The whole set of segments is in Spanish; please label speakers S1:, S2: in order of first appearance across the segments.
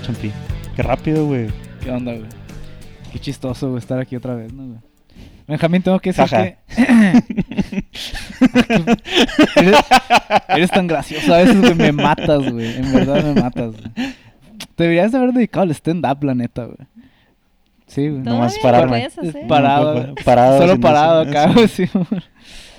S1: Champi. Qué rápido, güey.
S2: ¿Qué onda, güey? Qué chistoso, güey, estar aquí otra vez, ¿no, güey? Benjamín, tengo que decir
S1: Jaja.
S2: que... eres, eres tan gracioso a veces, güey, me matas, güey. En verdad me matas, güey. Te deberías de haber dedicado al stand-up, la neta, güey. Sí, güey.
S1: No, nomás
S3: Todavía
S1: pararme.
S3: lo puedes hacer.
S1: Para-
S2: Parado,
S1: pa-
S2: güey.
S1: pues, parado
S2: Solo
S1: sin
S2: parado
S1: hacer-
S2: acá, güey, sí, güey.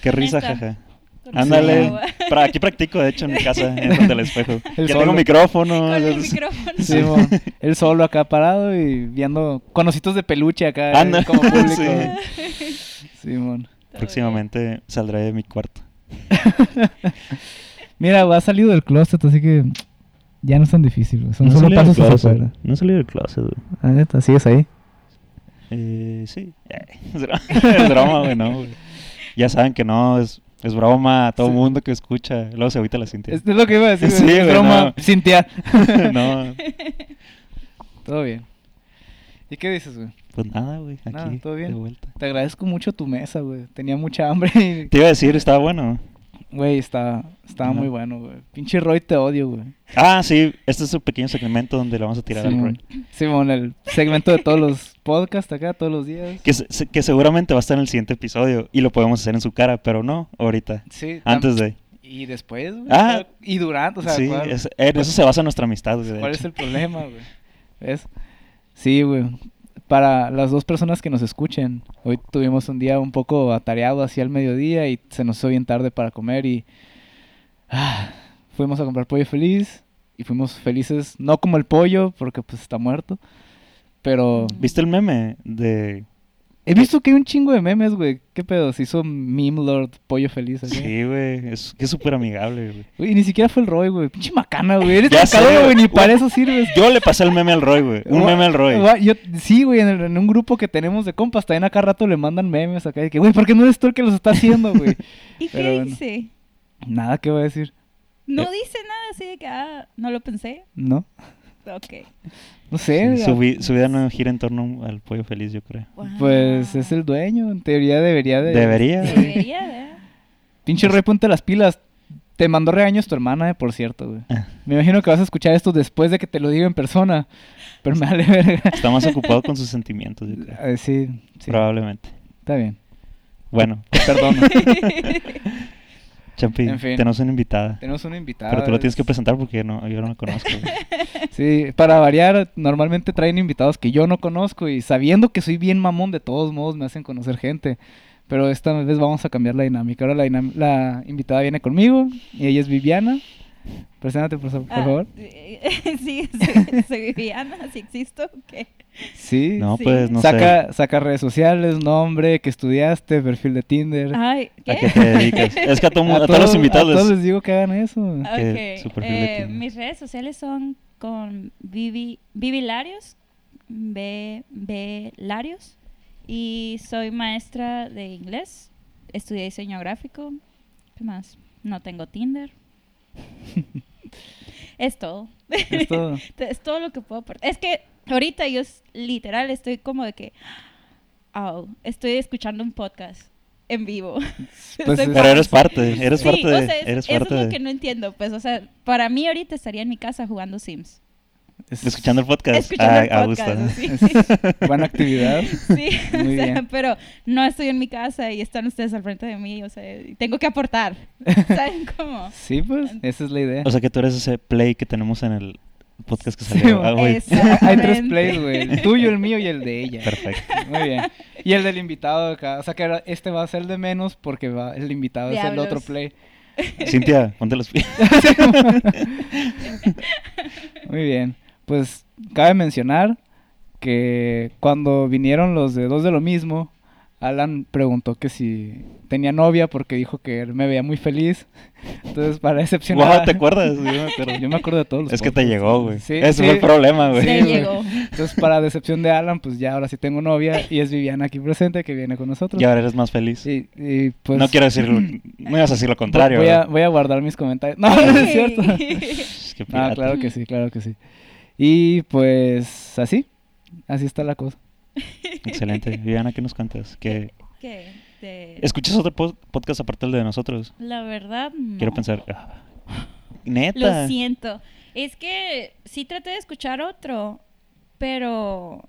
S1: Qué risa,
S3: Neta.
S1: jaja.
S3: Con-
S1: Ándale.
S3: Sí, güey.
S1: Pra- aquí practico, de hecho, en mi casa, en frente al espejo.
S2: El
S1: ya
S2: solo.
S1: tengo micrófono.
S3: Con el
S1: es-
S3: micrófono.
S2: Sí, güey. Él solo acá parado y viendo con ositos de peluche acá eh,
S1: Anda.
S2: como
S3: Ah,
S2: público.
S1: Sí.
S2: güey. Sí, mon.
S3: Todo
S1: Próximamente saldré de mi cuarto.
S2: Mira, güey, ha salido del closet, así que ya no es tan difícil, güey. Son
S1: he
S2: solo
S1: salido del
S2: pasos hacia
S1: closet.
S2: afuera.
S1: No he salido del closet, güey.
S2: La neta, así es ahí.
S1: Eh, sí. Eh, es broma, es broma, güey, no, güey. Ya saben que no, es, es broma a todo
S2: Sí. Este-
S1: mundo que escucha. Luego se agüita la Cintia.
S2: Es, es lo que iba a decir,
S1: Sí,
S2: güey.
S1: güey,
S2: broma,
S1: no.
S2: Cintia.
S1: no,
S2: Todo bien. ¿Y qué dices, güey?
S1: pues nada, güey. Aquí,
S2: Nada, todo bien.
S1: de vuelta.
S2: Te agradezco mucho tu mesa, güey. Tenía mucha hambre. y-
S1: Te iba a decir, estaba bueno.
S2: Güey, estaba, estaba
S1: Ajá.
S2: muy bueno, güey. Pinche Roy, te odio, güey.
S1: Ah, sí, este es un pequeño segmento donde le vamos a tirar al
S2: Simón.
S1: Roy.
S2: Simón, el segmento de todos los podcasts acá, todos los días.
S1: Que, se- se- que seguramente va a estar en el siguiente episodio y lo podemos hacer en su cara, pero no ahorita.
S2: Sí. tam-
S1: Antes de.
S2: Y después, güey.
S1: Ah.
S2: Y durante, o sea,
S1: sí,
S2: ¿cuál,
S1: es- en eso se basa nuestra amistad. güey, de
S2: cuál es
S1: hecho.
S2: el problema, güey? ¿Ves? Sí, güey. Para las dos personas que nos escuchen, hoy tuvimos un día un poco atareado hacia el mediodía y se nos hizo bien tarde para comer y ah, fuimos a comprar pollo feliz y fuimos felices, no como el pollo porque pues está muerto, pero
S3: Mm.
S1: ¿Viste el meme de.?
S2: he visto que hay un chingo de memes, güey. ¿Qué pedo? Se hizo meme lord pollo feliz. acá.
S1: Sí, güey. Es que es súper amigable, güey.
S2: Güey, y ni siquiera fue el Roy, güey. Pinche macana, güey. Eres
S1: Ya sé,
S2: macana, güey. Ni
S1: güey.
S2: para eso sirves.
S1: Yo le pasé el meme al Roy, güey. Un
S2: Gua-
S1: meme al Roy.
S2: gua- yo- sí, güey, en, el- en un grupo que tenemos de compas, también acá rato le mandan memes acá. De que, güey, ¿por qué no eres tú el que los está haciendo, güey?
S3: ¿Y
S2: Pero
S3: qué
S2: bueno.
S3: dice?
S2: Nada que voy a decir.
S3: No dice nada así de que, ah, no lo pensé.
S2: No,
S3: Ok.
S2: no sé. ah,
S1: Sí,
S2: a-
S1: su, vi- su vida no gira en torno al pollo feliz, yo creo.
S2: Pues
S3: Wow.
S2: es el dueño, en teoría debería de...
S1: Debería, güey.
S3: Debería, ¿verdad?
S2: Pinche Roy, ponte las pilas. Te mandó regaños tu hermana, eh, por cierto, güey.
S1: Ah.
S2: Me imagino que vas a escuchar esto después de que te lo diga en persona. Pero me vale verga.
S1: Está más ocupado con sus sentimientos, yo creo.
S2: Eh, sí, sí.
S1: Probablemente.
S2: Está bien.
S1: Bueno,
S2: Perdón.
S1: Champi,
S2: En fin.
S1: tenemos una invitada.
S2: Tenemos una invitada.
S1: Pero tú lo tienes
S2: es-
S1: que presentar porque yo no, yo no la conozco. güey.
S2: Sí, para variar, normalmente traen invitados que yo no conozco y sabiendo que soy bien mamón, de todos modos me hacen conocer gente. Pero esta vez vamos a cambiar la dinámica. Ahora la, dinam- la invitada viene conmigo y ella es Viviana. Preséntate, por, sa- por
S3: Ah,
S2: favor.
S3: eh, sí, soy, soy Viviana, si existo, ok.
S2: Sí.
S1: No,
S3: Sí.
S1: pues no sé.
S2: saca, saca redes sociales, nombre, que estudiaste, perfil de Tinder.
S3: Ay, ¿qué?
S1: ¿A qué te dedicas? Es que a, todo mu- a todos los invitados.
S2: a
S1: les-
S2: todos les digo que hagan eso.
S3: Ok,
S1: que su perfil de
S3: eh,
S1: Tinder.
S3: mis redes sociales son con Vivi, Vivi Larios, B, B Larios, y soy maestra de inglés, estudié diseño gráfico, ¿qué más? No tengo Tinder. es todo.
S2: Es todo.
S3: es todo lo que puedo aportar. Es que ahorita yo s- literal estoy como de que, "Ah, "Au, estoy escuchando un podcast en vivo.
S2: Pues
S3: Soy
S2: es-
S1: Pero eres parte, eres
S3: Sí,
S1: parte de.
S3: o sea, es-
S1: eres
S3: eso
S1: parte
S3: es lo
S1: de-
S3: que no entiendo, pues, o sea, para mí ahorita estaría en mi casa jugando Sims.
S2: es-
S1: Escuchando el podcast.
S3: Escuchando el
S1: Ah, a
S3: podcast,
S1: gusto.
S3: así.
S2: Buena actividad.
S3: Sí, o
S2: Muy
S3: sea,
S2: bien.
S3: pero no estoy en mi casa y están ustedes al frente de mí, o sea, y tengo que aportar. ¿Saben cómo?
S2: Sí, pues, esa es la idea.
S1: O sea que tú eres ese play que tenemos en el podcast que salió.
S2: güey.
S1: Ah, güey.
S2: Hay tres
S3: Exactamente.
S2: plays, güey. El tuyo, el mío y el de ella.
S1: Perfecto.
S2: Muy bien. Y el del invitado acá. O sea que ahora este va a ser el de menos porque va, el invitado es el
S3: Diablos.
S2: otro play.
S1: Cintia, ponte los pies.
S2: Muy bien. Pues cabe mencionar que cuando vinieron los de dos de lo mismo, Alan preguntó que si tenía novia porque dijo que él me veía muy feliz. Entonces, para decepcionar.
S1: Guau,
S2: a-
S1: ¿te acuerdas? Yo me acuerdo.
S2: ah. Yo me acuerdo de todos los
S1: Es que te
S2: podcasts.
S1: llegó, güey.
S2: Sí,
S1: Ese
S2: sí.
S1: fue el problema, güey.
S3: Te
S2: Sí, güey.
S3: llegó.
S2: Entonces, para decepción de Alan, pues ya ahora sí tengo novia y es Viviana aquí presente que viene con nosotros.
S1: Y ahora eres más feliz.
S2: Y, y, pues,
S1: no quiero decir, no ibas a decir lo contrario.
S2: Voy a,
S1: ¿verdad?
S2: voy a guardar mis comentarios.
S1: Ah,
S2: No, no es cierto.
S1: Shh, qué
S2: No,
S1: pirata.
S2: Ah, claro que sí, claro que sí. Y pues así, así está la cosa.
S1: Excelente. Viviana, ¿qué nos cuentas? ¿Qué...
S3: ¿Qué? Te-
S1: ¿Escuchas otro po- podcast aparte del de nosotros?
S3: La verdad, no.
S1: Quiero pensar. ah, Neta.
S3: Lo siento. Es que sí traté de escuchar otro, pero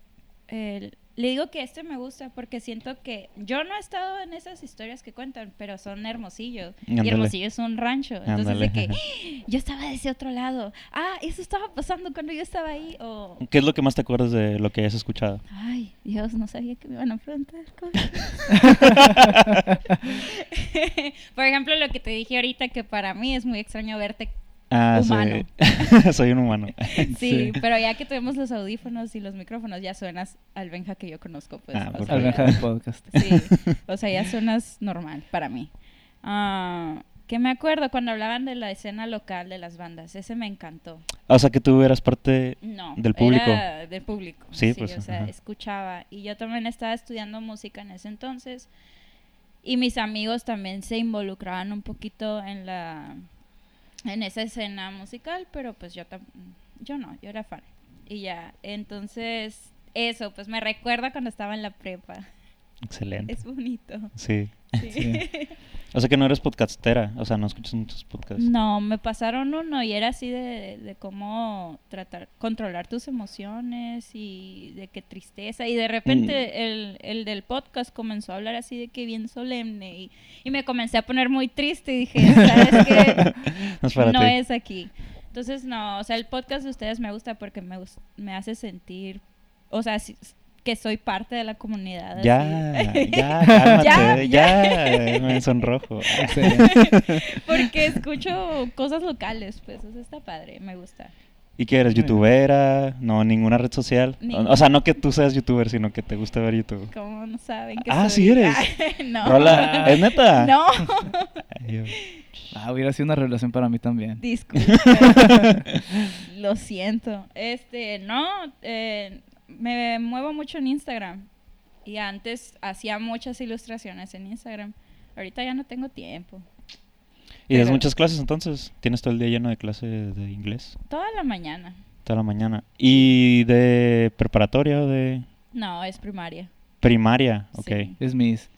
S3: eh, le digo que este me gusta porque siento que yo no he estado en esas historias que cuentan, pero son hermosillos. Y
S1: Ándale.
S3: hermosillo es un rancho. Entonces
S1: Ándale,
S3: de que
S1: ajá.
S3: "Ah, yo estaba de ese otro lado. Ah, eso estaba pasando cuando yo estaba ahí. O
S1: ¿Qué es lo que más te acuerdas de lo que hayas escuchado?
S3: ay, Dios, no sabía que me iban a preguntar cosas. Por ejemplo, lo que te dije ahorita que para mí es muy extraño verte
S1: Ah,
S3: Humano.
S1: soy, soy un humano.
S3: Sí, pero ya que tenemos los audífonos y los micrófonos, ya suenas al Benja que yo conozco, pues.
S1: Ah,
S3: o
S1: por
S3: sea,
S2: Al
S1: favor.
S2: Benja del podcast.
S3: Sí, o sea, ya suenas normal para mí. Ah, que me acuerdo cuando hablaban de la escena local de las bandas, ese me encantó.
S1: O sea, que tú eras parte...
S3: No,
S1: Del público.
S3: era del público.
S1: Sí, pues,
S3: o sea,
S1: ajá.
S3: escuchaba y yo también estaba estudiando música en ese entonces y mis amigos también se involucraban un poquito en la en esa escena musical, pero pues yo tam- yo no, yo era fan. Y ya, entonces eso pues me recuerda cuando estaba en la prepa.
S1: Excelente.
S3: Es bonito.
S1: Sí.
S3: sí.
S2: Sí.
S1: O sea, que no eres podcastera. O sea, no escuchas muchos podcasts.
S3: No, me pasaron uno y era así de, de cómo tratar, controlar tus emociones y de qué tristeza. Y de repente
S1: Mm.
S3: el, el del podcast comenzó a hablar así de que bien solemne y, y me comencé a poner muy triste y dije, ¿sabes qué?
S1: No es para
S3: no
S1: ti.
S3: es aquí. Entonces, no, o sea, el podcast de ustedes me gusta porque me, gus- me hace sentir, o sea, si- que soy parte de la comunidad. así.
S1: Ya, ya, cálmate, ya, me sonrojo.
S2: Excelente.
S3: Porque escucho cosas locales, pues, eso está padre, me gusta.
S1: ¿Y qué eres?
S2: Muy bien.
S1: ¿Youtubera? No, ninguna red social.
S3: Ni-
S1: O, o sea, no que tú seas youtuber, sino que te gusta ver YouTube.
S3: ¿Cómo no saben que
S1: Ah,
S3: soy?
S1: ¿sí eres?
S3: Ah, no.
S1: Rola, ¿es neta?
S3: No.
S1: Ay, yo-
S2: Ah, hubiera sido una revelación para mí también.
S3: Disculpa. Lo siento. Este, no, eh, me muevo mucho en Instagram. Y antes hacía muchas ilustraciones en Instagram. Ahorita ya no tengo tiempo.
S1: ¿Y das
S3: Pero-
S1: muchas clases entonces? ¿Tienes todo el día lleno de clases de inglés?
S3: Toda la mañana.
S1: Toda la mañana. ¿Y de preparatoria o de
S3: No, es primaria.
S1: primaria? Ok.
S3: Sí.
S2: Es mis.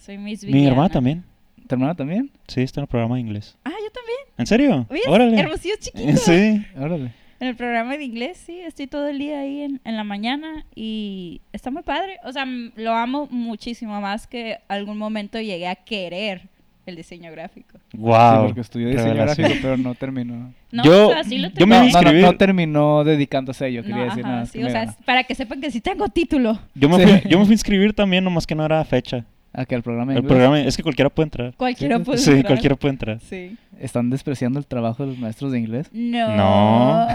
S3: Soy Miss
S1: Mi hermana
S3: Villana.
S1: también.
S2: ¿Tu hermana también?
S1: Sí, está en el programa de inglés.
S3: Ah, yo también.
S1: ¿En serio?
S3: ¿Ves?
S1: Órale.
S3: Hermosillo chiquito.
S1: Sí.
S2: Órale.
S3: En el programa de inglés, sí, estoy todo el día ahí en, en la mañana y está muy padre. O sea, m- lo amo muchísimo más que algún momento llegué a querer el diseño gráfico.
S1: Wow.
S2: Sí, porque estudió diseño
S1: Revelación.
S2: gráfico, pero no terminó.
S3: No,
S1: Yo-
S3: o sea, sí lo
S1: yo me vi-
S2: No,
S3: tengo.
S2: no, no,
S1: inscribir.
S2: no terminó dedicándose a ello,
S3: No,
S2: quería decir
S3: ajá,
S2: nada. más
S3: sí,
S2: que
S3: o
S2: me
S3: sea,
S2: ganó.
S3: es para que sepan que sí tengo título.
S1: Yo me,
S2: Sí.
S1: fui, yo me fui a inscribir también, nomás que no era fecha.
S2: Ah, que el programa, de
S1: El
S2: inglés.
S1: programa es que cualquiera puede entrar.
S3: Cualquiera
S2: Sí,
S3: puede
S1: sí,
S3: entrar.
S1: cualquiera puede entrar.
S3: Sí.
S2: ¿Están despreciando el trabajo de los maestros de inglés?
S3: No.
S1: No.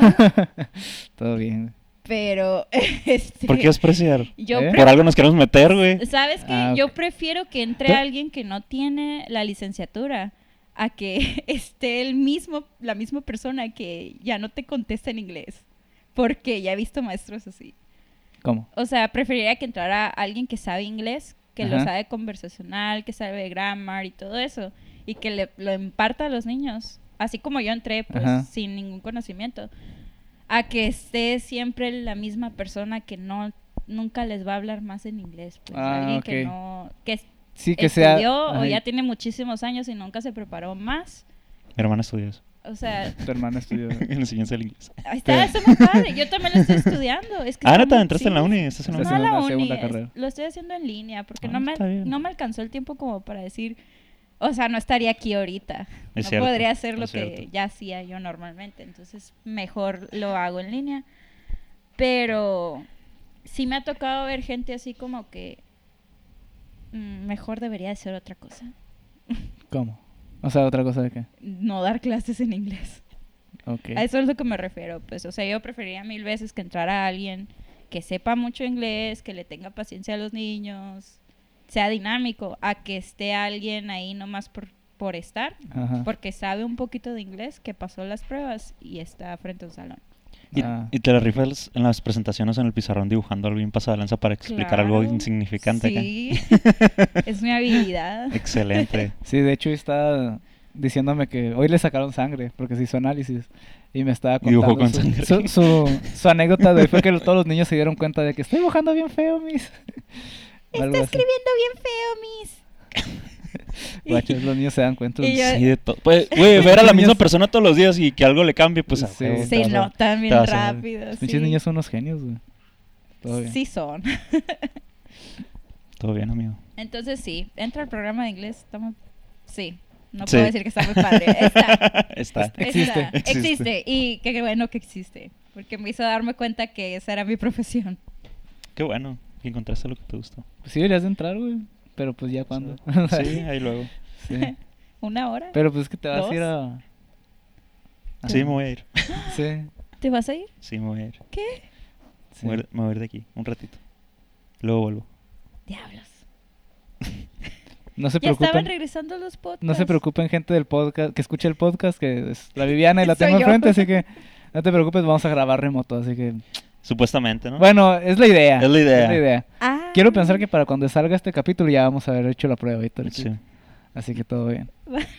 S2: Todo bien.
S3: Pero, este,
S1: ¿Por qué despreciar?
S3: yo
S2: ¿Eh?
S3: pre-
S1: Por algo nos queremos meter, güey.
S3: ¿Sabes qué?
S2: Ah,
S3: Yo
S2: ok.
S3: prefiero que entre
S2: Pe-
S3: alguien que no tiene la licenciatura a que esté el mismo, la misma persona que ya no te contesta en inglés. Porque ya he visto maestros así.
S2: ¿Cómo?
S3: O sea, preferiría que entrara alguien que sabe inglés, que lo
S2: Ajá.
S3: sabe conversacional, que sabe grammar y todo eso, y que le, lo imparta a los niños. Así como yo entré, pues,
S2: Ajá.
S3: sin ningún conocimiento. A que esté siempre la misma persona que no nunca les va a hablar más en inglés. Pues,
S2: Ah,
S3: alguien que
S2: ok.
S3: no. que es-
S2: Sí, que sea.
S3: estudió o
S2: Ay,
S3: ya tiene muchísimos años y nunca se preparó más.
S1: Mi hermana estudió eso.
S3: O sea,
S2: Tu hermana estudió.
S1: Enseñanza del inglés.
S3: ahí está, eso muy padre. Yo también lo estoy estudiando. Es que
S1: Ah,
S3: está
S1: neta,
S3: muy-
S1: entraste
S3: sí,
S1: en la uni. Estás en la
S2: Estás
S1: uni.
S3: No a
S2: en
S3: la
S2: una segunda
S3: uni, es-
S2: carrera.
S3: Lo estoy haciendo en línea porque
S1: Ah,
S3: no, me,
S1: está bien.
S3: no me alcanzó el tiempo como para decir, o sea, no estaría aquí ahorita.
S1: Es
S3: no
S1: cierto,
S3: podría hacer lo
S1: es
S3: que
S1: cierto.
S3: ya hacía yo normalmente. Entonces, mejor lo hago en línea. Pero sí me ha tocado ver gente así como que mm, mejor debería de ser otra cosa.
S2: ¿Cómo? O sea, otra cosa de qué.
S3: No dar clases en inglés.
S2: Ok.
S3: A eso Ah, es lo que me refiero, pues. O sea, yo preferiría mil veces que entrara alguien que sepa mucho inglés, que le tenga paciencia a los niños, sea dinámico, a que esté alguien ahí nomás por, por estar,
S1: Ah.
S2: Ajá.
S3: porque sabe un poquito de inglés, que pasó las pruebas y está frente a un salón.
S1: Y,
S2: Ah.
S1: y te la rifas en las presentaciones en el pizarrón dibujando algo bien pasado de lanza para explicar algo
S3: Claro.
S1: insignificante. acá.
S3: Sí, es mi habilidad.
S1: Excelente.
S2: Sí, de hecho está diciéndome que hoy le sacaron sangre porque se hizo análisis y me estaba
S1: Y dibujó
S2: contando
S1: con sangre.
S2: su, su- su- su anécdota de hoy fue que lo- todos los niños se dieron cuenta de que estoy dibujando bien feo, mis.
S3: Está escribiendo bien feo, Miss.
S2: Guachos, los niños se dan cuenta.
S3: Y yo-
S1: Sí, de todo. Pues, güey, ver a la
S2: Niños-
S1: misma persona todos los días y que algo le cambie, pues a
S2: Sí.
S1: huevo, te
S3: Se
S1: vas a-
S3: notan bien
S1: te vas a-
S3: rápido.
S2: Los
S3: ah, Sí.
S2: pinches niños son unos genios, güey. Todo bien.
S3: Sí son.
S1: Todo bien, amigo.
S3: Entonces sí, entra al programa de inglés. está muy- Sí, no
S1: Sí.
S3: puedo decir que está muy padre. Está, Este.
S1: Está.
S2: Existe.
S3: está, existe. Y qué bueno que existe. Porque me hizo darme cuenta que esa era mi profesión.
S1: Qué bueno que encontraste lo que te gustó.
S2: Pues sí deberías de entrar, güey. Pero pues ya cuando.
S1: Sí, ahí luego.
S2: Sí.
S3: Una hora.
S2: Pero pues es que te vas a ir
S3: ¿Dos?
S2: a.
S1: Sí,
S2: Ajá.
S1: me voy a ir.
S2: Sí.
S3: ¿Te vas a ir?
S1: Sí, me voy a ir.
S3: ¿Qué?
S2: sí.
S1: Me voy a ir- me voy a ir de aquí, un ratito. Luego vuelvo.
S3: Diablos.
S2: No se
S3: Ya estaban
S2: preocupen.
S3: regresando los podcasts.
S2: No se preocupen, gente del podcast, que escuche el podcast, que es la Viviana y la
S3: Soy
S2: tengo
S3: yo.
S2: enfrente, así que no te preocupes, vamos a grabar remoto, así que.
S1: Supuestamente, ¿no?
S2: Bueno, es la idea.
S1: Es la idea.
S3: Ah,
S2: Quiero pensar que para cuando salga este capítulo ya vamos a haber hecho la prueba y todo.
S1: Sí.
S2: Así que todo bien.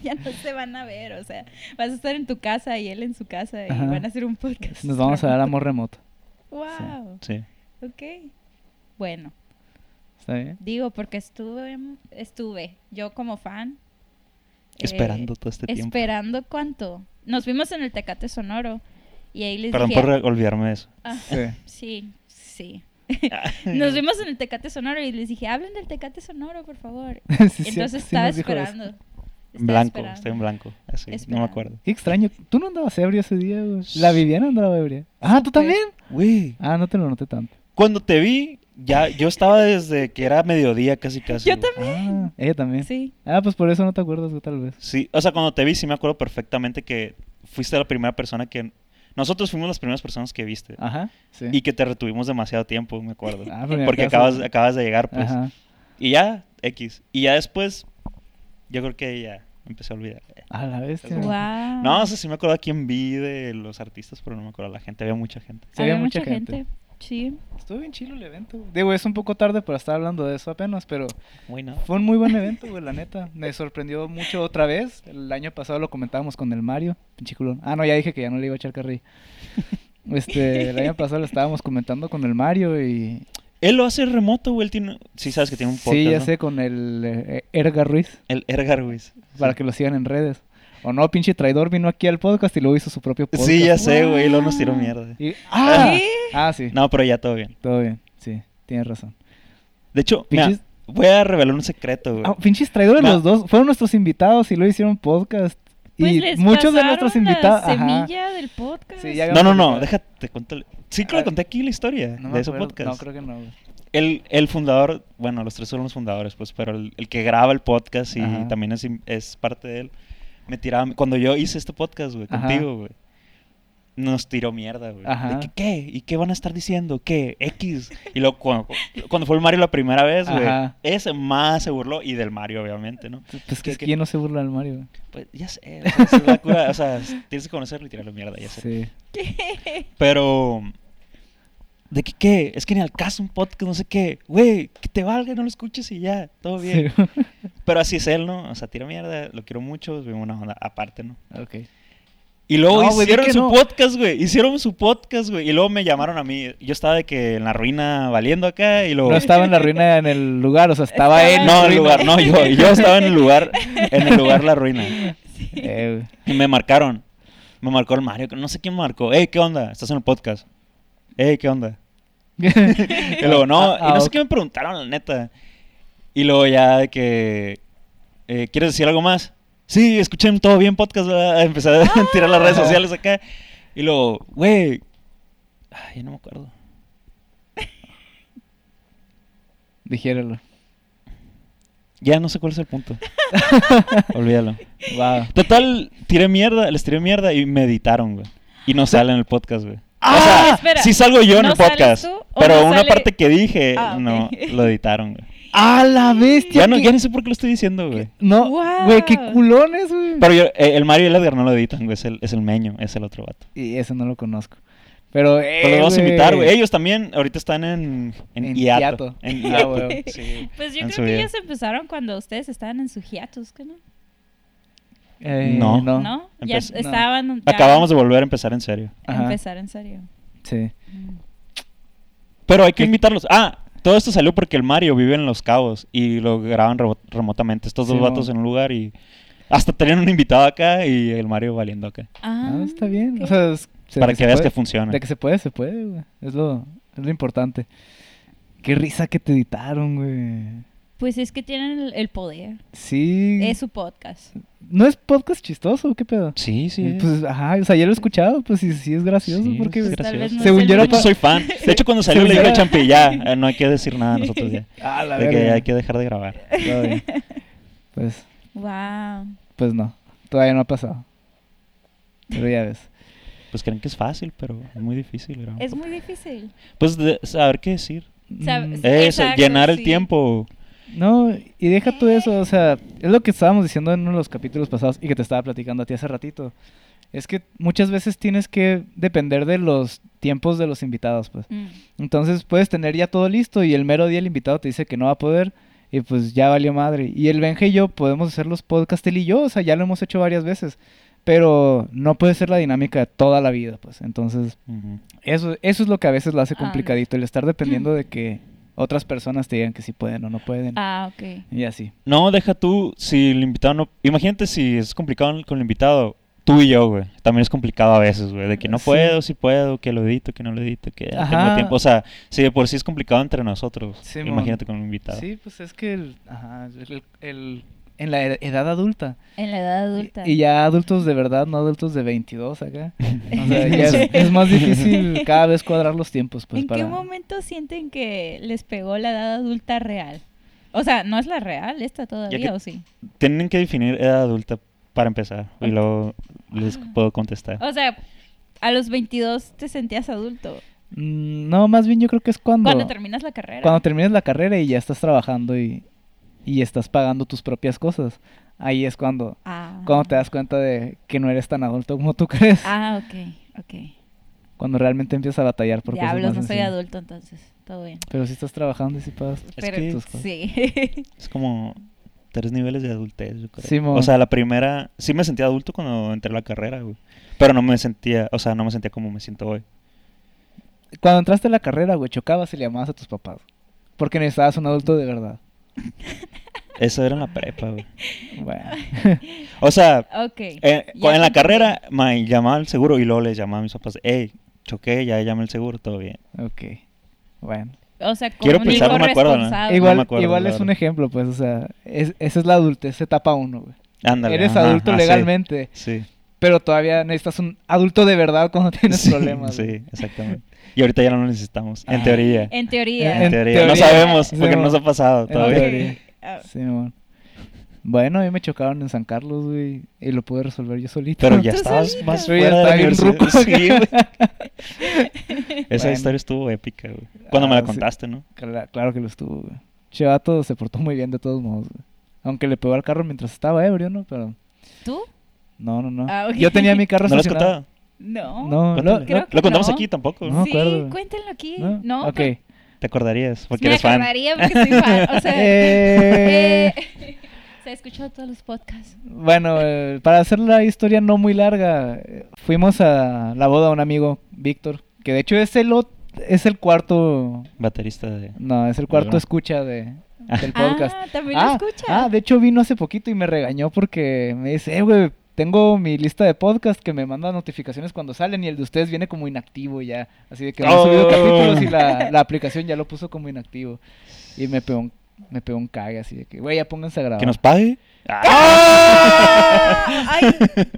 S3: Ya no se van a ver, o sea, vas a estar en tu casa y él en su casa y
S2: Ajá.
S3: van a hacer un podcast.
S2: Nos vamos a dar amor remoto.
S3: Wow.
S1: Sí.
S3: Ok. Bueno,
S2: ¿Está bien?
S3: digo porque estuve estuve yo como fan eh,
S1: Esperando todo este tiempo.
S3: esperando cuánto. Nos vimos en el Tecate Sonoro y ahí les
S1: Perdón
S3: dije,
S1: por re- olvidarme de eso.
S3: "Ah,
S2: Sí.
S3: sí, sí. Nos vimos en el Tecate Sonoro y les dije, "Hablen del Tecate Sonoro, por favor."
S2: Sí, es cierto,
S3: Entonces
S2: sí
S3: estaba
S2: nos dijo eso.
S3: esperando.
S1: En
S3: Estaba
S1: blanco,
S3: esperando.
S1: estoy en blanco. Así, no me
S3: Esperando.
S1: acuerdo.
S2: Qué extraño. Tú no andabas ebrio ese día, güey. La Viviana andaba ebria. Ah,
S3: pues.
S2: ¿tú también?
S1: Güey.
S2: Ah, no te lo noté tanto.
S1: Cuando te vi, ya yo estaba desde que era mediodía casi casi.
S3: Yo
S1: güey.
S3: también.
S2: Ah, ella también.
S3: Sí.
S2: Ah, pues por eso no te acuerdas, güey, tal vez.
S1: Sí, o sea, cuando te vi sí me acuerdo perfectamente que fuiste la primera persona que... Nosotros fuimos las primeras personas que viste.
S2: Ajá. Ah, Sí.
S1: Y que te retuvimos demasiado tiempo, me acuerdo.
S2: Ah, pero en
S1: Porque
S2: el caso-
S1: acabas, acabas de llegar, pues.
S2: Ajá.
S1: Y ya, X. Y ya después, yo creo que ya empecé a olvidar.
S2: A la bestia.
S1: Wow.
S3: Wow.
S1: No, o sea, sí me acuerdo a quién vi de los artistas, pero no me acuerdo a la gente. Había mucha gente.
S2: Sí,
S3: había
S2: había
S3: mucha gente. Sí.
S2: Estuvo bien chido el evento. güey. Digo, es un poco tarde para estar hablando de eso apenas, pero
S1: Muy no.
S2: fue un muy buen evento, güey, la neta. Me sorprendió mucho otra vez. El año pasado lo comentábamos con el Mario, pinche culón. Ah, no, ya dije que ya no le iba a echar carrilla. Este, el año pasado lo estábamos comentando con el Mario y...
S1: Él lo hace remoto, güey. Él tiene... Sí, sabes que tiene un podcast.
S2: Sí, ya
S1: ¿no?
S2: sé, con el eh, Erga Ruiz,
S1: El Ergar, güey. Sí.
S2: para que lo sigan en redes. O no, pinche traidor vino aquí al podcast y luego hizo su propio podcast.
S1: Sí, ya sé, güey. y Luego nos
S3: Wow.
S1: tiró mierda.
S2: Y- ¡Ah!
S3: ¿Qué?
S2: Ah, sí.
S1: No, pero ya todo bien.
S2: Todo bien, sí, tienes razón.
S1: De hecho, mira,
S2: Pinches-
S1: voy a revelar un secreto, güey.
S2: Ah, pinches traidores
S1: Ma-
S2: los dos. Fueron nuestros invitados y lo hicieron podcast.
S3: Pues
S2: y
S3: les
S2: muchos de
S3: pasaron
S2: nuestros
S3: la
S2: invitados. ajá.
S3: semilla del podcast.
S2: Sí, ya
S1: no, no, no.
S2: publicado.
S1: Déjate, cuento. el- Sí, que
S2: Ah,
S1: lo conté aquí la historia
S2: No me
S1: de ese
S2: acuerdo.
S1: podcast.
S2: No, creo que no. güey.
S1: El, el fundador, bueno, los tres son los fundadores, pues, pero el, el que graba el podcast y
S2: Ajá.
S1: también es, im- es parte de él, me tiraba. Cuando yo hice este podcast, güey,
S2: Ajá.
S1: contigo, güey, nos tiró mierda, güey.
S2: Ajá.
S1: De que, ¿Qué? ¿Y qué van a estar diciendo? ¿Qué? ¿X? Y luego, cuando, cuando fue el Mario la primera vez, güey,
S2: Ajá.
S1: ese más se burló y del Mario, obviamente, ¿no?
S2: Pues que
S1: ¿Qué-
S2: es
S1: qué?
S2: que ya no se burla del Mario. güey.
S1: Pues ya sé, o sea, esa es la cura, o sea, tienes que conocerlo y tirarle mierda, ya sé.
S2: Sí.
S1: Pero. ¿De qué qué? Es que ni al caso un podcast, no sé qué. Güey, que te valga, no lo escuches y ya, todo bien.
S2: Sí.
S1: Pero así es él, ¿no? O sea, tira mierda, lo quiero mucho, es una onda aparte, ¿no?
S2: ok.
S1: Y luego
S2: No, güey, di
S1: hicieron
S2: que
S1: su
S2: no.
S1: podcast, güey. Hicieron su podcast, güey. Y luego me llamaron a mí. Yo estaba de que en la ruina valiendo acá y luego. Ah,
S2: No estaba en la ruina en el lugar, o sea, estaba
S3: Estaba
S2: él.
S3: en
S1: No,
S3: la
S1: el
S3: ruina.
S1: lugar, no, yo, yo estaba en el lugar, en el lugar la ruina.
S2: Eh, güey.
S1: Y me marcaron. Me marcó el Mario, que no sé quién me marcó. Ey, ¿qué onda? Estás en el podcast. Ey, ¿qué onda? Y luego, no,
S2: Ah,
S1: y no
S2: ah,
S1: sé
S2: ok.
S1: qué me preguntaron, la neta. Y luego ya de que, eh, ¿quieres decir algo más? Sí, escuché en todo bien podcast, ¿verdad? empecé a
S3: Ah.
S1: tirar las redes
S2: Ajá.
S1: sociales acá. Y luego, güey, ay, ya no me acuerdo.
S2: Dijéralo.
S1: Ya no sé cuál es el punto. Olvídalo.
S2: Wow.
S1: Total, tiré mierda, les tiré mierda y me editaron, güey. Y no sale en el podcast, güey.
S3: Ah,
S1: o sea,
S3: espera.
S1: sí salgo yo en
S3: ¿No
S1: el podcast.
S3: sales tú o
S1: Pero
S3: no
S1: una
S3: sale-
S1: parte que dije,
S3: Ah, ok.
S1: no, lo editaron, güey.
S2: ¡A la bestia!
S1: Ya no,
S2: qué-
S1: ya ni sé por qué lo estoy diciendo, güey.
S2: No,
S3: Wow.
S2: güey, qué culones, güey.
S1: Pero yo- eh, el Mario y el Edgar no lo editan, güey. Es el, es el meño, es el otro vato.
S2: Y ese no lo conozco. Pero, eh,
S1: Pero los vamos a invitar, güey. Ellos también ahorita están en, en,
S2: En
S1: hiato.
S2: hiato.
S1: En
S2: Ah,
S1: hiato.
S2: güey.
S1: sí.
S3: Pues yo
S1: En su
S3: creo que
S1: vida.
S3: ellos empezaron cuando ustedes estaban en su hiatus, ¿qué no?
S2: Eh,
S1: No.
S2: no.
S3: ¿No? Ya
S1: Empezó-
S2: no.
S3: estaban. ya
S1: Acabamos de volver a empezar en serio.
S2: Ajá.
S3: Empezar en serio.
S2: Sí.
S3: Mm.
S1: Pero hay que
S2: ¿Qué?
S1: invitarlos. Ah, todo esto salió porque el Mario vive en Los Cabos y lo graban remo- remotamente. Estos dos
S2: Sí,
S1: vatos
S2: mo.
S1: en un lugar y hasta tenían un invitado acá y el Mario valiendo acá.
S2: Ah, está bien.
S3: ok.
S2: O sea, es- se-
S1: para
S2: se
S1: que veas
S2: puede-
S1: que funciona.
S2: De que se puede, se puede, güey. Es lo, es lo importante. Qué risa que te editaron, güey.
S3: Pues es que tienen el, el poder.
S2: Sí.
S3: Es su podcast.
S2: ¿No es podcast chistoso? ¿Qué pedo?
S1: Sí, sí. es.
S2: Pues, ajá, o sea, ya lo he escuchado, pues sí, sí es gracioso,
S1: Mm. Sí,
S2: porque...
S1: es
S3: Pues tal vez
S1: gracioso.
S3: no es
S2: Según
S3: el
S2: yo era
S1: Yo
S3: único.
S2: pa-
S1: soy fan. De hecho, cuando salió
S2: Sí,
S1: le dije
S2: sí.
S1: a Champi, ya, eh, no hay que decir nada nosotros ya.
S2: Ah, la
S1: De que
S2: verga.
S1: hay que dejar de grabar.
S2: Todo bien. Pues,
S3: Wow.
S2: pues no, todavía no ha pasado. Pero ya ves.
S1: Pues creen que es fácil, pero es muy difícil grabar.
S3: Es muy difícil.
S1: Pues de- saber qué decir.
S3: Sabes-
S2: Mm,
S1: Eso,
S3: Exacto,
S1: llenar el
S3: sí.
S1: tiempo.
S2: No, y deja tú eso, o sea, es lo que estábamos diciendo en uno de los capítulos pasados y que te estaba platicando a ti hace ratito. Es que muchas veces tienes que depender de los tiempos de los invitados, pues.
S3: Mm.
S2: Entonces puedes tener ya todo listo y el mero día el invitado te dice que no va a poder y pues ya valió madre. Y el Benja y yo podemos hacer los podcasts, él y yo, o sea, ya lo hemos hecho varias veces, pero no puede ser la dinámica de toda la vida, pues. Entonces,
S1: Ujú.
S2: eso, eso es lo que a veces lo hace
S3: Ah, no.
S2: complicadito, el estar dependiendo de que otras personas te digan que sí pueden o no pueden.
S3: Ah, ok.
S2: Y así.
S1: No, deja tú, si el invitado no... Imagínate si es complicado con el invitado, tú y yo, güey. También es complicado a veces, güey. De que no
S2: Sí.
S1: puedo, si puedo, que lo edito, que no lo edito, que ya
S2: Ajá.
S1: tengo tiempo. O sea, si de por sí es complicado entre nosotros,
S2: Simón.
S1: imagínate con un invitado.
S2: Sí, pues es que el, ajá, el- el- en la ed- edad adulta.
S3: En la edad adulta.
S2: Y ya adultos de verdad, no adultos de 22 acá. O sea, ya es,
S1: Sí.
S2: es más difícil cada vez cuadrar los tiempos. Pues,
S3: ¿En
S2: para...
S3: qué momento sienten que les pegó la edad adulta real? O sea, no es la real esta todavía,
S1: que-
S3: ¿o sí?
S1: Tienen que definir edad adulta para empezar y luego les puedo contestar.
S3: O sea, a los 22 te sentías adulto.
S2: Mm, No, más bien yo creo que es cuando,
S3: Cuando
S2: cuando,
S3: terminas la carrera.
S2: termines la carrera y ya estás trabajando y, y estás pagando tus propias cosas. Ahí es cuando,
S3: Ah.
S2: cuando te das cuenta de que no eres tan adulto como tú crees.
S3: Ah, ok, ok.
S2: Cuando realmente empiezas a batallar por cosas
S3: Diablos,
S2: más
S3: no soy
S2: sencillas.
S3: adulto entonces. Todo bien.
S2: Pero si estás trabajando y si pagas
S3: Pero
S1: que-
S2: tus cosas.
S3: sí.
S1: Es como tres niveles de adultez, yo creo.
S2: Simón.
S1: o sea, la primera... Sí me sentía adulto cuando entré a la carrera, güey. Pero no me sentía... O sea, no me sentía como me siento hoy.
S2: Cuando entraste a la carrera, güey, chocabas y le llamabas a tus papás. Porque necesitabas un adulto de verdad.
S1: Eso era en la prepa, güey.
S2: Bueno.
S1: O sea,
S3: ok.
S1: Eh,
S3: Ya
S1: cu- en la
S3: entendí.
S1: carrera me llamaba al seguro y luego les llamaba a mis papás, hey, choqué, ya llamé al seguro, todo bien.
S2: Ok. Bueno.
S3: O sea, como
S1: Quiero
S3: un
S1: pensar,
S3: hijo
S1: no me acuerdo, ¿no?
S3: responsable.
S2: Igual,
S1: me acuerdo,
S2: igual
S1: la
S2: es un
S1: verdad.
S2: ejemplo, pues, o sea, es- esa es la adultez, etapa uno, güey.
S1: Ándale.
S2: Eres
S1: ajá,
S2: adulto
S1: ajá, sí,
S2: legalmente,
S1: Sí.
S2: pero todavía necesitas un adulto de verdad cuando tienes
S1: Sí,
S2: problemas.
S1: Sí,
S2: güey.
S1: exactamente. Y ahorita ya no lo necesitamos, en
S2: Ah.
S1: teoría. En,
S3: En teoría.
S2: en
S1: teoría.
S2: teoría.
S1: No sabemos, porque
S2: Sí,
S1: no nos ha pasado
S2: en
S1: todavía.
S2: teoría.
S3: Ah,
S2: Sí, mon. Bueno, a mí me chocaron en San Carlos, güey, y lo pude resolver yo solito.
S1: Pero ya
S3: Tú
S1: estabas
S3: solito.
S1: más
S2: Yo ya
S1: fuera de la
S2: estaba bien
S1: universidad.
S2: ruco.
S1: Sí, güey. Esa
S2: Bueno.
S1: historia estuvo épica, güey. Cuando me
S2: Ah,
S1: la
S2: sí.
S1: contaste, ¿no?
S2: Cla- claro que lo estuvo, güey. Che vato se portó muy bien de todos modos, güey. Aunque le pegó al carro mientras estaba ebrio, ¿no? Pero
S3: ¿Tú?
S2: no, no, no.
S3: Ah, ok.
S2: Yo tenía mi carro
S1: ¿No lo has
S2: estacionado.
S1: contado?
S3: No.
S2: No,
S1: Cuéntale.
S2: no,
S3: creo
S2: no.
S3: que
S1: Lo contamos
S3: no.
S1: aquí tampoco.
S2: No me
S3: sí,
S2: acuerdo.
S3: cuéntenlo aquí.
S2: ¿No?
S3: No,
S2: ok.
S3: pero-
S1: Te acordarías, porque
S3: me
S1: eres fan.
S3: acordaría porque soy fan. O sea,
S2: Eh.
S3: eh, se ha escuchado todos los podcasts.
S2: Bueno, eh, para hacer la historia no muy larga, eh, fuimos a la boda de un amigo, Víctor, que de hecho es el, ot- es el cuarto,
S1: Baterista de...
S2: no, es el cuarto
S1: Bueno.
S2: escucha de,
S1: Ah.
S2: del podcast.
S3: Ah, también lo escucha.
S2: ah, de hecho vino hace poquito y me regañó porque me dice, eh, güey, tengo mi lista de podcast que me manda notificaciones cuando salen y el de ustedes viene como inactivo ya. Así de que no he subido
S1: Oh.
S2: capítulos y la, la aplicación ya lo puso como inactivo. Y me pegó un, me pegó un cague así de que, güey, ya pónganse a grabar.
S1: ¿Que nos pague?
S3: Ah, Ay,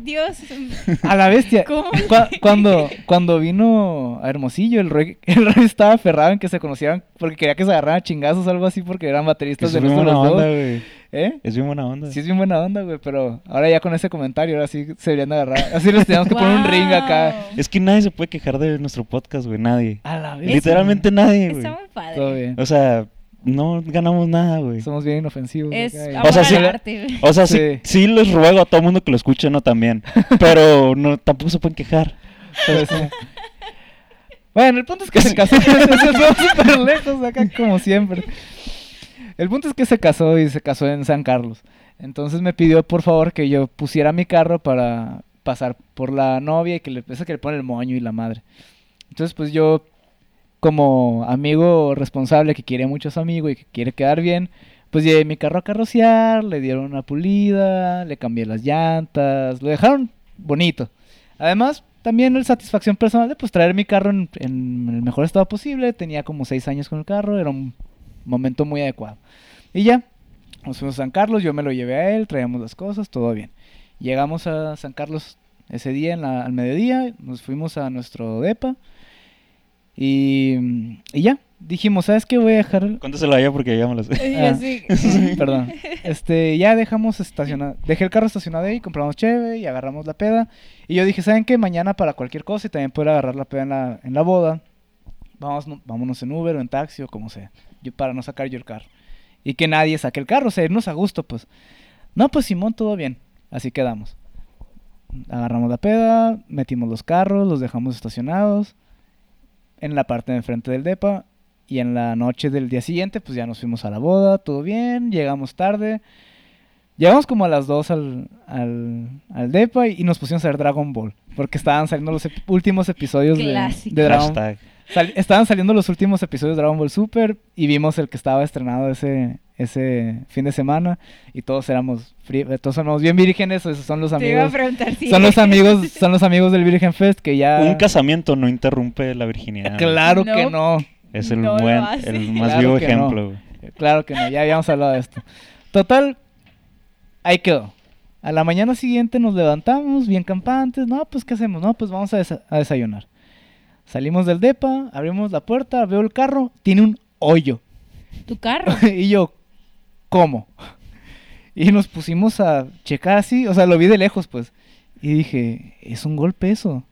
S3: Dios.
S2: A la bestia.
S3: ¿Cómo?
S2: Cu- cuando, cuando vino a Hermosillo, el Roy, el Roy estaba aferrado en que se conocieran porque quería que se agarraran a chingazos o algo así porque eran
S1: Que
S2: bateristas
S1: es
S2: de
S1: bien
S2: los
S1: buena
S2: dos.
S1: onda, güey.
S2: ¿Eh?
S1: Es bien buena onda.
S2: Sí, es bien buena onda, güey, pero ahora ya con ese comentario, ahora sí se deberían de agarrar. Así les teníamos que poner un ring acá.
S3: Wow.
S1: Es que nadie se puede quejar de nuestro podcast, güey. Nadie.
S2: A la bestia.
S1: Literalmente nadie, güey.
S3: Está muy padre.
S2: Todo bien.
S1: O sea, no ganamos nada, güey.
S2: Somos bien inofensivos.
S3: Es
S2: acá y-
S3: amor
S1: O sea, sí-
S3: al arte. güey.
S1: O sea, sí.
S2: Sí.
S1: sí les ruego a todo mundo que lo escuche, no también. Pero no, tampoco se pueden quejar.
S2: Pero sí. Bueno, el punto es que se casó. se fue súper lejos de acá, como siempre. El punto es que se casó y se casó en San Carlos. Entonces me pidió, por favor, que yo pusiera mi carro para pasar por la novia y que le, esa que le pone el moño y la madre. Entonces, pues yo como amigo responsable que quiere mucho a su amigo y que quiere quedar bien, pues llevé mi carro a carrocear, le dieron una pulida, le cambié las llantas, lo dejaron bonito. Además, también la satisfacción personal de pues traer mi carro en, en el mejor estado posible. Tenía como seis años con el carro, era un momento muy adecuado. Y ya, nos fuimos a San Carlos, yo me lo llevé a él, traíamos las cosas, todo bien. Llegamos a San Carlos ese día en la- al mediodía, nos fuimos a nuestro depa y, y ya, dijimos, ¿sabes qué? Voy a dejar... el-
S1: Cuéntaselo a ella porque ya me lo sé.
S3: Y
S2: Ah.
S3: así,
S2: Perdón. Este, ya dejamos estacionado. Dejé el carro estacionado ahí, compramos cheve y agarramos la peda. Y yo dije, ¿saben qué? Mañana para cualquier cosa y también poder agarrar la peda en la, en la boda. Vamos, vámonos en Uber o en taxi o como sea. Yo, para no sacar yo el carro. Y que nadie saque el carro, o sea, irnos a gusto, pues. No, pues Simón, todo bien. Así quedamos. Agarramos la peda, metimos los carros, los dejamos estacionados en la parte de enfrente del depa. Y en la noche del día siguiente, pues ya nos fuimos a la boda, todo bien, llegamos tarde. Llegamos como a las 2 al, al, al depa y, y nos pusimos a ver Dragon Ball. Porque estaban saliendo los ep- últimos episodios de,
S3: Clásico.
S2: de Dragon Ball.
S1: Hashtag.
S2: estaban saliendo los últimos episodios de Dragon Ball Super y vimos el que estaba estrenado ese, ese fin de semana. Y todos éramos, fri- eh, todos éramos bien vírgenes, esos son los
S3: te iba a
S2: amigos.
S3: preguntar si...
S2: Son los amigos, son los amigos del Virgen Fest que ya...
S1: Un casamiento no interrumpe la virginidad. güey.
S2: Claro que
S3: No.
S2: no.
S1: Es el,
S3: No lo
S1: buen,
S3: hace.
S1: el más
S2: Claro
S1: vivo
S2: que no.
S1: ejemplo. güey.
S2: Claro que no, ya habíamos hablado de esto. Total, ahí quedó. A la mañana siguiente nos levantamos, bien campantes. No, pues, ¿qué hacemos? No, pues vamos a, desa- a desayunar. Salimos del depa, abrimos la puerta, veo el carro, tiene un hoyo.
S3: Tu carro.
S2: y yo, ¿cómo? Y nos pusimos a checar así, o sea, lo vi de lejos, pues. Y dije, es un golpe eso.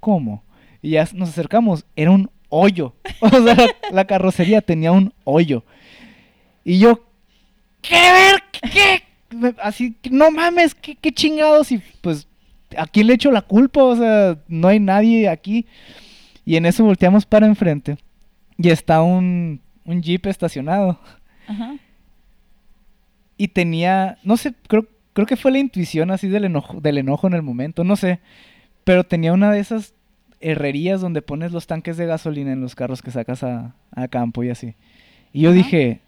S2: ¿Cómo? Y ya nos acercamos, era un hoyo. O sea, la, la carrocería tenía un hoyo. Y yo, ¿qué ver? ¿Qué? Me- Así, no mames, ¿qué, qué chingados. Y pues, ¿a quién le echo la culpa? O sea, no hay nadie aquí. Y en eso volteamos para enfrente. Y está un, un jeep estacionado.
S3: Ajá.
S2: Eh, Y tenía, no sé, creo, creo que fue la intuición así del enojo, del enojo en el momento, no sé. Pero tenía una de esas herrerías donde pones los tanques de gasolina en los carros que sacas a, a campo y así. Y yo
S3: Ajá.
S2: dije,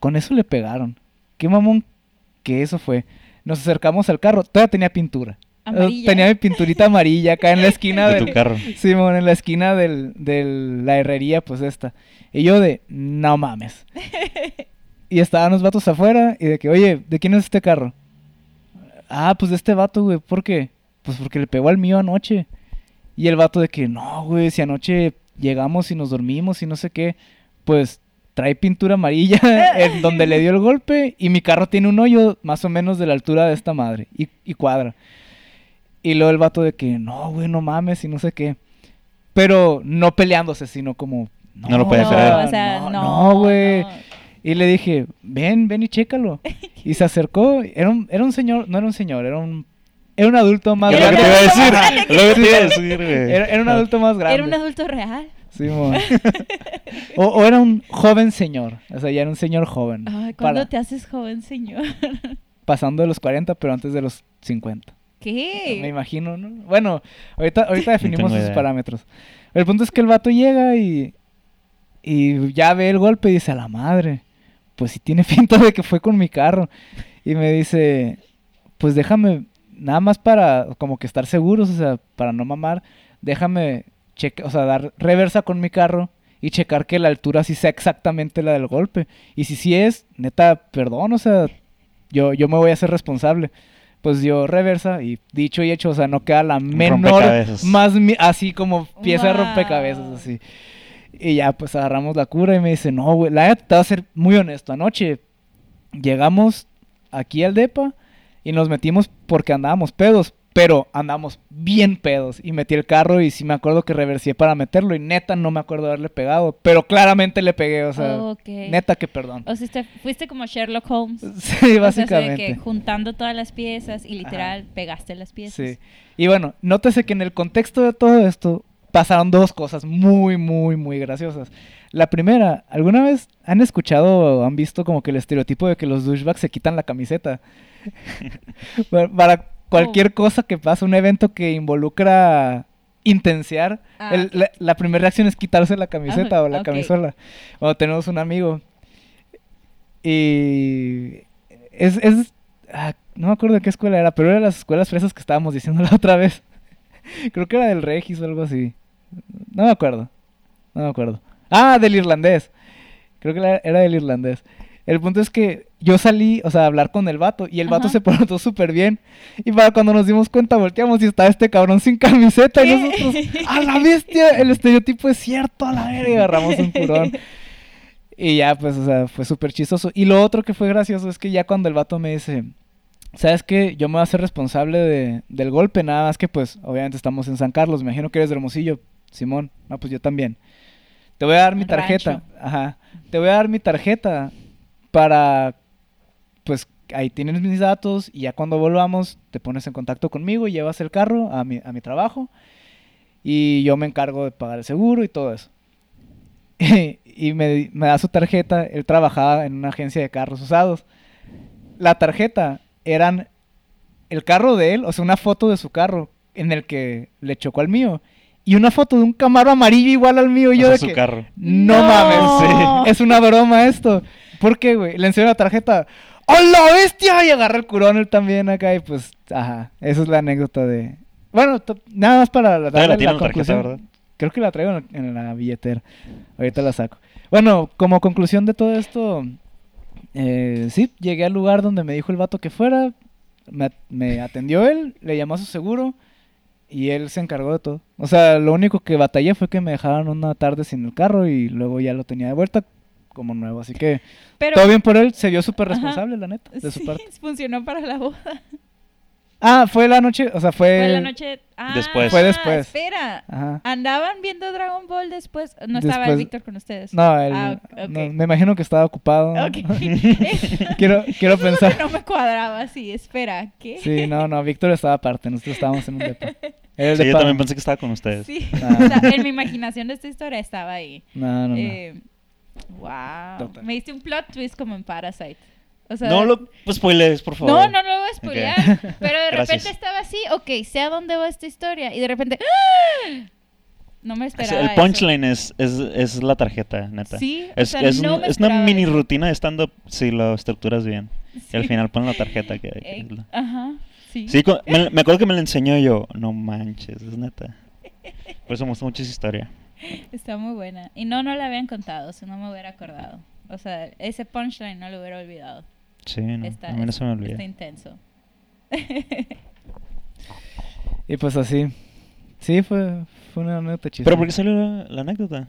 S2: con eso le pegaron. Qué mamón que eso fue. Nos acercamos al carro, todavía tenía pintura.
S3: Amarilla. ¿eh?
S2: Tenía mi pinturita amarilla acá en la esquina
S1: De
S2: del,
S1: tu carro.
S2: Simón, en la esquina del, de la herrería, pues esta. Y yo de, no mames. y estaban los vatos afuera y de que, oye, ¿de quién es este carro? Ah, pues de este vato, güey. ¿Por qué? Pues porque le pegó al mío anoche. Y el vato de que, no, güey, si anoche llegamos y nos dormimos y no sé qué, pues trae pintura amarilla en donde le dio el golpe y mi carro tiene un hoyo más o menos de la altura de esta madre y, y cuadra. Y luego el vato de que, no, güey, no mames y no sé qué. Pero no peleándose, sino como...
S1: No lo puede
S3: no,
S1: creer.
S3: o sea, no,
S2: No, güey.
S3: no.
S2: Y le dije, ven, ven y chécalo. Y se acercó, era un, era un señor, no era un señor, era un, era un adulto más
S1: Es lo que
S2: grande.
S1: te iba a decir. es Lo que te iba a decir, güey. Ah,
S2: Era, era un adulto más grande.
S3: Era un adulto real.
S2: Sí, mo. o, o era un joven señor, o sea, ya era un señor joven.
S3: Ay, ¿cuándo
S2: Para-
S3: te haces joven, señor?
S2: Pasando de los 40, pero antes de los 50. Me
S3: ¿Qué?
S2: imagino, ¿no? Bueno, ahorita, ahorita definimos
S1: tengo
S2: esos
S1: idea.
S2: parámetros. El punto es que el vato llega y, y ya ve el golpe y dice, a la madre, pues sí tiene pinta de que fue con mi carro. Y me dice, pues déjame, nada más para como que estar seguros, o sea, para no mamar, déjame, cheque, o sea, dar reversa con mi carro y checar que la altura sí sea exactamente la del golpe. Y si sí es, neta, perdón, o sea, yo, yo me voy a hacer responsable. Pues dio reversa y dicho y hecho, o sea, no queda la menor,
S1: rompecabezas.
S2: más mi- así como pieza de
S3: Wow.
S2: rompecabezas, así. Y ya, pues agarramos la cura y me dice, no, güey, la neta, te voy a ser muy honesto. Anoche llegamos aquí al DEPA y nos metimos porque andábamos pedos, pero andábamos bien pedos. Y metí el carro y sí me acuerdo que reversié para meterlo y neta no me acuerdo haberle pegado, pero claramente le pegué, o sea,
S3: Ok.
S2: neta que perdón.
S3: O sea, te- fuiste como Sherlock Holmes.
S2: Sí,
S3: O sea, eso de que
S2: básicamente.
S3: juntando todas las piezas y literal pegaste las piezas.
S2: Sí. Y bueno, nótese que en el contexto de todo esto pasaron dos cosas muy, muy, muy graciosas. La primera, ¿alguna vez han escuchado o han visto como que el estereotipo de que los douchebags se quitan la camiseta? Pa- Para cualquier cosa que pasa, un evento que involucra intensear.
S3: Ah.
S2: El- la, la primera reacción es quitarse la camiseta
S3: Ah,
S2: o la
S3: ok.
S2: camisola. O tenemos un amigo. Y es... es- ah, no me acuerdo de qué escuela era, pero era de las escuelas fresas que estábamos diciendo la otra vez. Creo que era del Regis o algo así. No me acuerdo. No me acuerdo. Ah, del irlandés. Creo que la- era del irlandés. El punto es que yo salí, o sea, a hablar con el vato y el vato
S3: Ajá.
S2: se portó súper bien. Y para cuando nos dimos cuenta, volteamos y estaba este cabrón sin camiseta y
S3: ¿Qué?
S2: nosotros, ¡a la bestia! El estereotipo es cierto, a la verga. Y agarramos un curón. Y ya, pues, o sea, fue súper chistoso. Y lo otro que fue gracioso es que ya cuando el vato me dice, ¿sabes qué? Yo me voy a hacer responsable de- del golpe, nada más que, pues, obviamente estamos en San Carlos, me imagino que eres de Hermosillo, Simón. No, pues yo también. Te voy a dar mi
S3: Un
S2: tarjeta.
S3: rancho.
S2: Ajá. Te voy a dar mi tarjeta para, pues, ahí tienes mis datos y ya cuando volvamos te pones en contacto conmigo y llevas el carro a mi, a mi trabajo y yo me encargo de pagar el seguro y todo eso. y me, di- me da su tarjeta, él trabajaba en una agencia de carros usados. La tarjeta eran el carro de él, o sea, una foto de su carro en el que le chocó al mío y una foto de un Camaro amarillo igual al mío y
S1: O
S2: yo
S1: sea,
S2: de
S1: su
S2: que
S1: carro.
S2: no,
S3: No.
S2: mames,
S3: Sí.
S2: es una broma esto. ¿Por qué, güey? Le enseñó la tarjeta. ¡Hola, ¡Oh, bestia! Y agarra el curón él también acá y pues, ajá, esa es la anécdota de... Bueno, to- nada más para darle
S1: Todavía la
S2: la,
S1: tiene la tarjeta,
S2: conclusión.
S1: ¿verdad?
S2: Creo que la traigo en, en la billetera. Ahorita la saco. Bueno, como conclusión de todo esto, eh, sí, llegué al lugar donde me dijo el vato que fuera, me, at- me atendió él, le llamó a su seguro y él se encargó de todo. O sea, lo único que batallé fue que me dejaron una tarde sin el carro y luego ya lo tenía de vuelta como nuevo. Así que
S3: Pero
S2: todo bien por él, se vio súper
S3: Ajá.
S2: responsable, la neta, de su
S3: sí,
S2: parte.
S3: funcionó para la boda.
S2: Ah, fue la noche, o sea, fue...
S3: Fue la noche. Ah,
S1: Después.
S2: Eh, Fue después.
S3: Espera.
S2: Ajá.
S3: Andaban viendo Dragon Ball después. No estaba
S2: Después-
S3: el Víctor con ustedes.
S2: No, él-
S3: Ah, ok.
S2: no, me imagino que estaba ocupado.
S3: Ok.
S2: Quiero, quiero
S3: Eso es lo que
S2: pensar.
S3: No me cuadraba así. Espera, ¿qué?
S2: Sí, no, no, Víctor estaba aparte, nosotros estábamos en un depa. Era el
S1: Sí, yo
S2: depa-
S1: también pensé que estaba con ustedes.
S3: Sí,
S2: Ah.
S3: o sea, en mi imaginación de esta historia estaba ahí.
S2: No, no, no.
S3: Eh, wow.
S2: Total.
S3: Me diste un plot twist como en Parasite. O sea,
S1: No lo pues, spoilees, por favor.
S3: No, no lo voy a spoilear. Pero de
S1: Oh. Gracias.
S3: repente estaba así, ok, sé a dónde va esta historia. Y de repente. ¡ah! No me
S1: O
S3: esperaba.
S1: sea, El
S3: eso.
S1: punchline es, es, es la tarjeta, neta.
S3: Sí, o
S1: Es,
S3: sea,
S1: es
S3: no
S1: un-
S3: me
S1: es una
S3: esperaba
S1: mini
S3: eso.
S1: rutina de stand-up si lo estructuras bien. Y al
S3: Sí.
S1: final ponen la tarjeta. Que, que
S3: Eh,
S1: es la-
S3: ajá, sí.
S1: Sí, cu- me, me acuerdo que me la enseñó yo. No manches, es neta. Por eso me gusta mucho esa historia.
S3: Está muy buena. Y no, no la habían contado, o sea, no me hubiera acordado. O sea, ese punchline no lo hubiera olvidado.
S1: Sí, no,
S3: está,
S1: a mí no se me olvida.
S3: está intenso.
S2: Y pues así. Sí, fue, fue una anécdota chistosa.
S1: ¿Pero por qué salió la, la anécdota?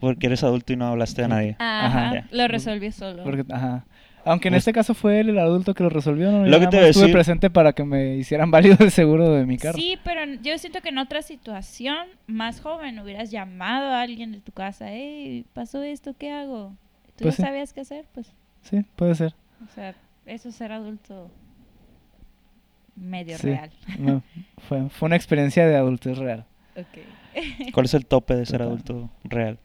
S1: Porque eres adulto y no hablaste a nadie.
S3: Ajá,
S1: Ya.
S3: lo resolví solo.
S2: Porque- ajá. Aunque en
S1: Pues-
S2: este caso fue él el adulto que lo resolvió, no
S1: Lo
S2: Yo
S1: que
S2: nada
S1: te
S2: más
S1: iba a
S2: estuve
S1: decir-
S2: presente para que me hicieran válido el seguro de mi carro.
S3: Sí, pero en- yo siento que en otra situación más joven hubieras llamado a alguien de tu casa, hey, pasó esto, ¿qué hago? Tú
S2: Pues sí.
S3: ya sabías qué hacer, pues,
S2: Sí, puede ser.
S3: o sea, eso es ser adulto medio
S2: Sí.
S3: real.
S2: No, fue, fue una experiencia de adultez real.
S3: Ok.
S1: ¿Cuál es el tope de ser
S2: Total.
S1: adulto real?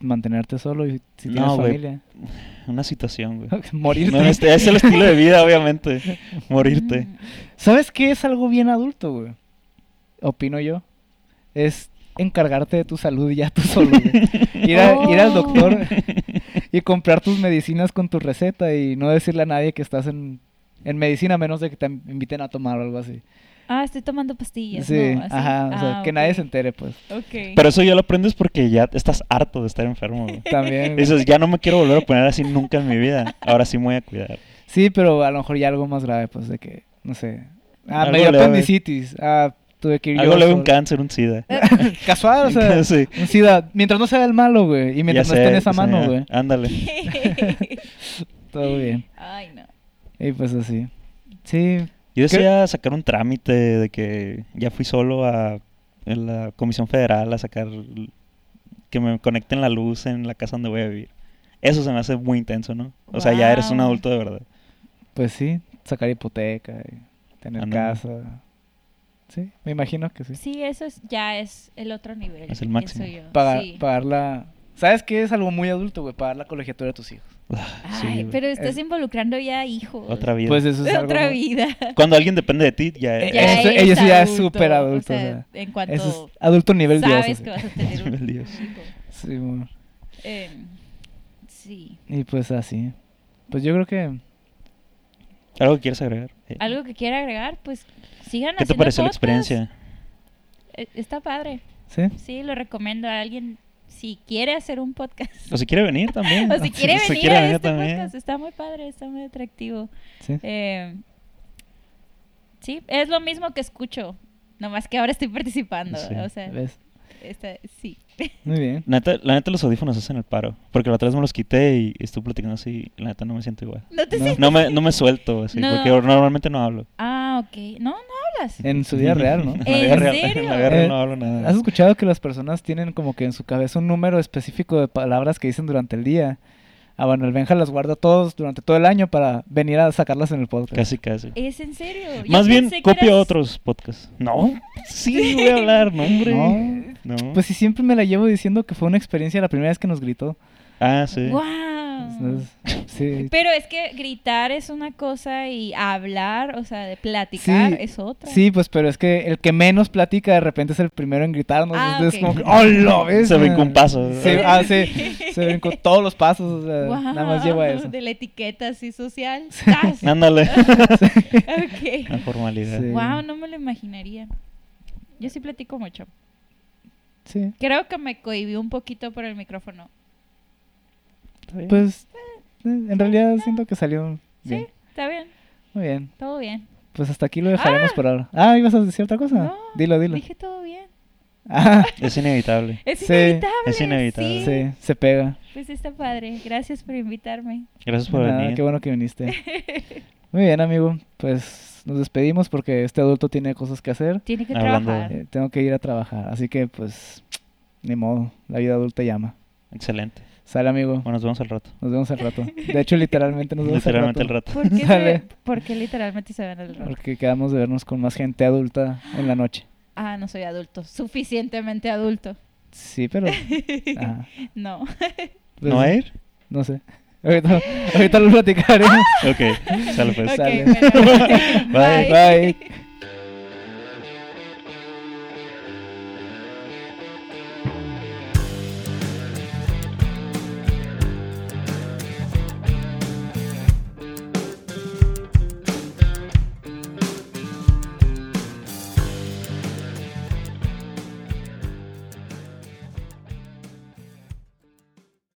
S2: Mantenerte solo y si
S1: No,
S2: tienes
S1: güey.
S2: familia.
S1: Una situación, güey.
S2: Morirte.
S1: No, este, es el estilo de vida, obviamente. Morirte.
S3: Mm.
S2: ¿Sabes qué es algo bien adulto, güey? Opino yo. Es encargarte de tu salud ya tú solo, güey. Ir, a- ir
S3: Oh.
S2: al doctor y comprar tus medicinas con tu receta y no decirle a nadie que estás en, en medicina a menos de que te inviten a tomar o algo así.
S3: Ah, estoy tomando pastillas.
S2: sí,
S3: ¿no? ¿Así?
S2: ajá. O sea,
S3: Ah,
S2: que nadie
S3: ok.
S2: se entere, pues.
S3: Ok.
S1: Pero eso ya lo aprendes porque ya estás harto de estar enfermo, güey.
S2: También. güey.
S1: Dices, ya no me quiero volver a poner así nunca en mi vida. Ahora sí me voy a cuidar.
S2: Sí, pero a lo mejor ya algo más grave, pues, de que, no sé. Ah,
S1: Algo
S2: me dio
S1: leve.
S2: apendicitis. Ah, tuve que ir
S1: Algo
S2: yo.
S1: le veo un
S2: solo.
S1: cáncer, un sida.
S2: Casual, o sea.
S1: Sí.
S2: Un SIDA. Mientras no sea el malo, güey. Y mientras
S1: Ya
S2: no esté en
S1: sé,
S2: esa
S1: sí,
S2: mano,
S1: ya.
S2: güey.
S1: Ándale.
S2: Todo bien.
S3: Ay, no.
S2: Y pues así. Sí.
S1: Yo
S2: ¿Qué?
S1: decía sacar un trámite de que ya fui solo a en la Comisión Federal a sacar l- que me conecten la luz en la casa donde voy a vivir. Eso se me hace muy intenso, ¿no? O sea, ya eres un
S3: Guau.
S1: adulto de verdad.
S2: Pues sí. Sacar hipoteca. y tener
S1: Ándale.
S2: casa. Sí. Me imagino que sí.
S3: Sí, eso es, ya es el otro nivel.
S1: Es el máximo.
S3: pienso yo.
S2: Pagar,
S3: Sí.
S2: pagar la... ¿Sabes qué es algo muy adulto, güey? Pagar la colegiatura de tus hijos.
S1: Sí,
S3: Ay,
S1: güey.
S3: pero estás
S2: Eh,
S3: involucrando ya hijos.
S1: Otra vida.
S2: Pues eso es algo...
S3: Otra vida.
S1: Cuando alguien depende de ti, ya,
S2: Eh,
S1: es
S2: eh, eso- eso ya es
S3: adulto,
S2: súper adulto,
S3: O
S2: o
S3: sea, en cuanto
S2: Eso es adulto nivel dios.
S3: sabes
S2: así.
S3: que vas a tener un
S1: Nivel Dios.
S3: un hijo.
S2: Sí, bueno.
S3: Eh, sí.
S2: Y pues así. Pues yo creo que...
S1: algo que quieres agregar. Eh,
S3: Algo que quiera agregar, pues sigan
S1: ¿Qué te
S3: haciendo
S1: pareció la
S3: podcast.
S1: experiencia?
S3: Eh, Está padre.
S2: ¿Sí?
S3: Sí, lo recomiendo a alguien si quiere hacer un podcast.
S1: O si quiere venir también.
S3: O si quiere venir
S1: quiere
S3: a
S1: venir
S3: este
S1: también.
S3: podcast, está muy padre, está muy atractivo.
S2: Sí.
S3: Eh, sí, es lo mismo que escucho, nomás que ahora estoy participando.
S1: Sí,
S3: O sea,
S2: ¿Ves?
S3: está- sí.
S2: Muy bien.
S1: Neta- la neta, los audífonos hacen el paro. Porque la otra vez me los quité y estuve platicando así. y La neta, no me siento igual.
S3: No te
S2: No.
S3: sientes-
S1: No me, no me suelto así.
S3: No.
S1: Porque normalmente no hablo.
S3: Ah, ok. No, no hablas.
S2: En su vida real, ¿no?
S1: En la
S3: ¿En
S1: vida real-
S3: serio?
S1: En la vida real
S2: Eh,
S1: no hablo nada.
S2: ¿Has escuchado que las personas tienen como que en su cabeza un número específico de palabras que dicen durante el día? Ah, bueno, el Benja las guarda todos durante todo el año para venir a sacarlas en el podcast.
S1: Casi, casi.
S3: Es en serio. Eh, Yo
S1: Más bien,
S3: pensé que
S1: copio
S3: eras-
S1: otros podcasts. No, sí, voy a hablar, no, hombre.
S2: No.
S1: No.
S2: Pues sí, siempre me la llevo diciendo que fue una experiencia la primera vez que nos gritó.
S1: ah, sí.
S3: ¡Guau!
S2: Entonces, sí.
S3: Pero es que gritar es una cosa y hablar, o sea, de platicar
S2: Sí,
S3: es otra.
S2: Sí, pues, pero es que el que menos platica de repente es el primero en gritarnos.
S3: Ah,
S2: entonces
S3: ok.
S2: es como que, ¡hola! ¿ves?
S1: Se brincó un paso.
S2: Se, ah, sí, se brincó todos los pasos. o sea,
S3: Guau,
S2: Nada más llevo a eso.
S3: De la etiqueta así social. ¡Zas!
S1: Ándale.
S3: ok.
S1: La formalidad.
S2: Sí.
S3: Wow, no me lo imaginaría. Yo sí platico mucho.
S2: Sí,
S3: Creo que me cohibí un poquito por el micrófono.
S1: Está bien.
S2: pues, eh, en realidad siento que salió bien.
S3: Sí, está bien,
S2: Muy bien.
S3: todo bien.
S2: Pues hasta aquí lo dejaremos por ahora. Ah, ¿ibas a decir otra cosa?
S3: No,
S2: dilo, dilo.
S3: Dije todo bien.
S2: Ah,
S1: Es inevitable.
S3: Es
S2: Sí,
S3: inevitable.
S1: es inevitable.
S3: sí.
S2: sí, se pega.
S3: Pues está padre. Gracias por invitarme.
S1: Gracias por
S2: Nada,
S1: venir.
S2: qué bueno que viniste. Muy bien, amigo. Pues nos despedimos porque este adulto tiene cosas que hacer.
S3: Tiene que
S1: Hablando
S3: trabajar.
S2: Eh, tengo que ir a trabajar. Así que, pues, ni modo. La vida adulta llama.
S1: Excelente.
S2: Sale, amigo.
S1: Bueno, nos vemos al rato.
S2: Nos vemos al rato. De hecho, literalmente nos vemos
S1: Literalmente
S2: al
S1: al
S2: rato.
S1: rato.
S3: ¿Por qué,
S2: Sale.
S3: se- por qué literalmente se ven el rostro?
S2: Porque quedamos de vernos con más gente adulta en la noche.
S3: Ah, no soy adulto. Suficientemente adulto.
S2: Sí, pero...
S1: Ah.
S2: ajá.
S3: No.
S2: Pues,
S1: ¿No va a ir?
S2: No sé. Ahorita, ahorita lo platicaremos.
S1: Ok, sale pues.
S3: Ok,
S2: Sale.
S3: bueno.
S1: Bye.
S2: Bye.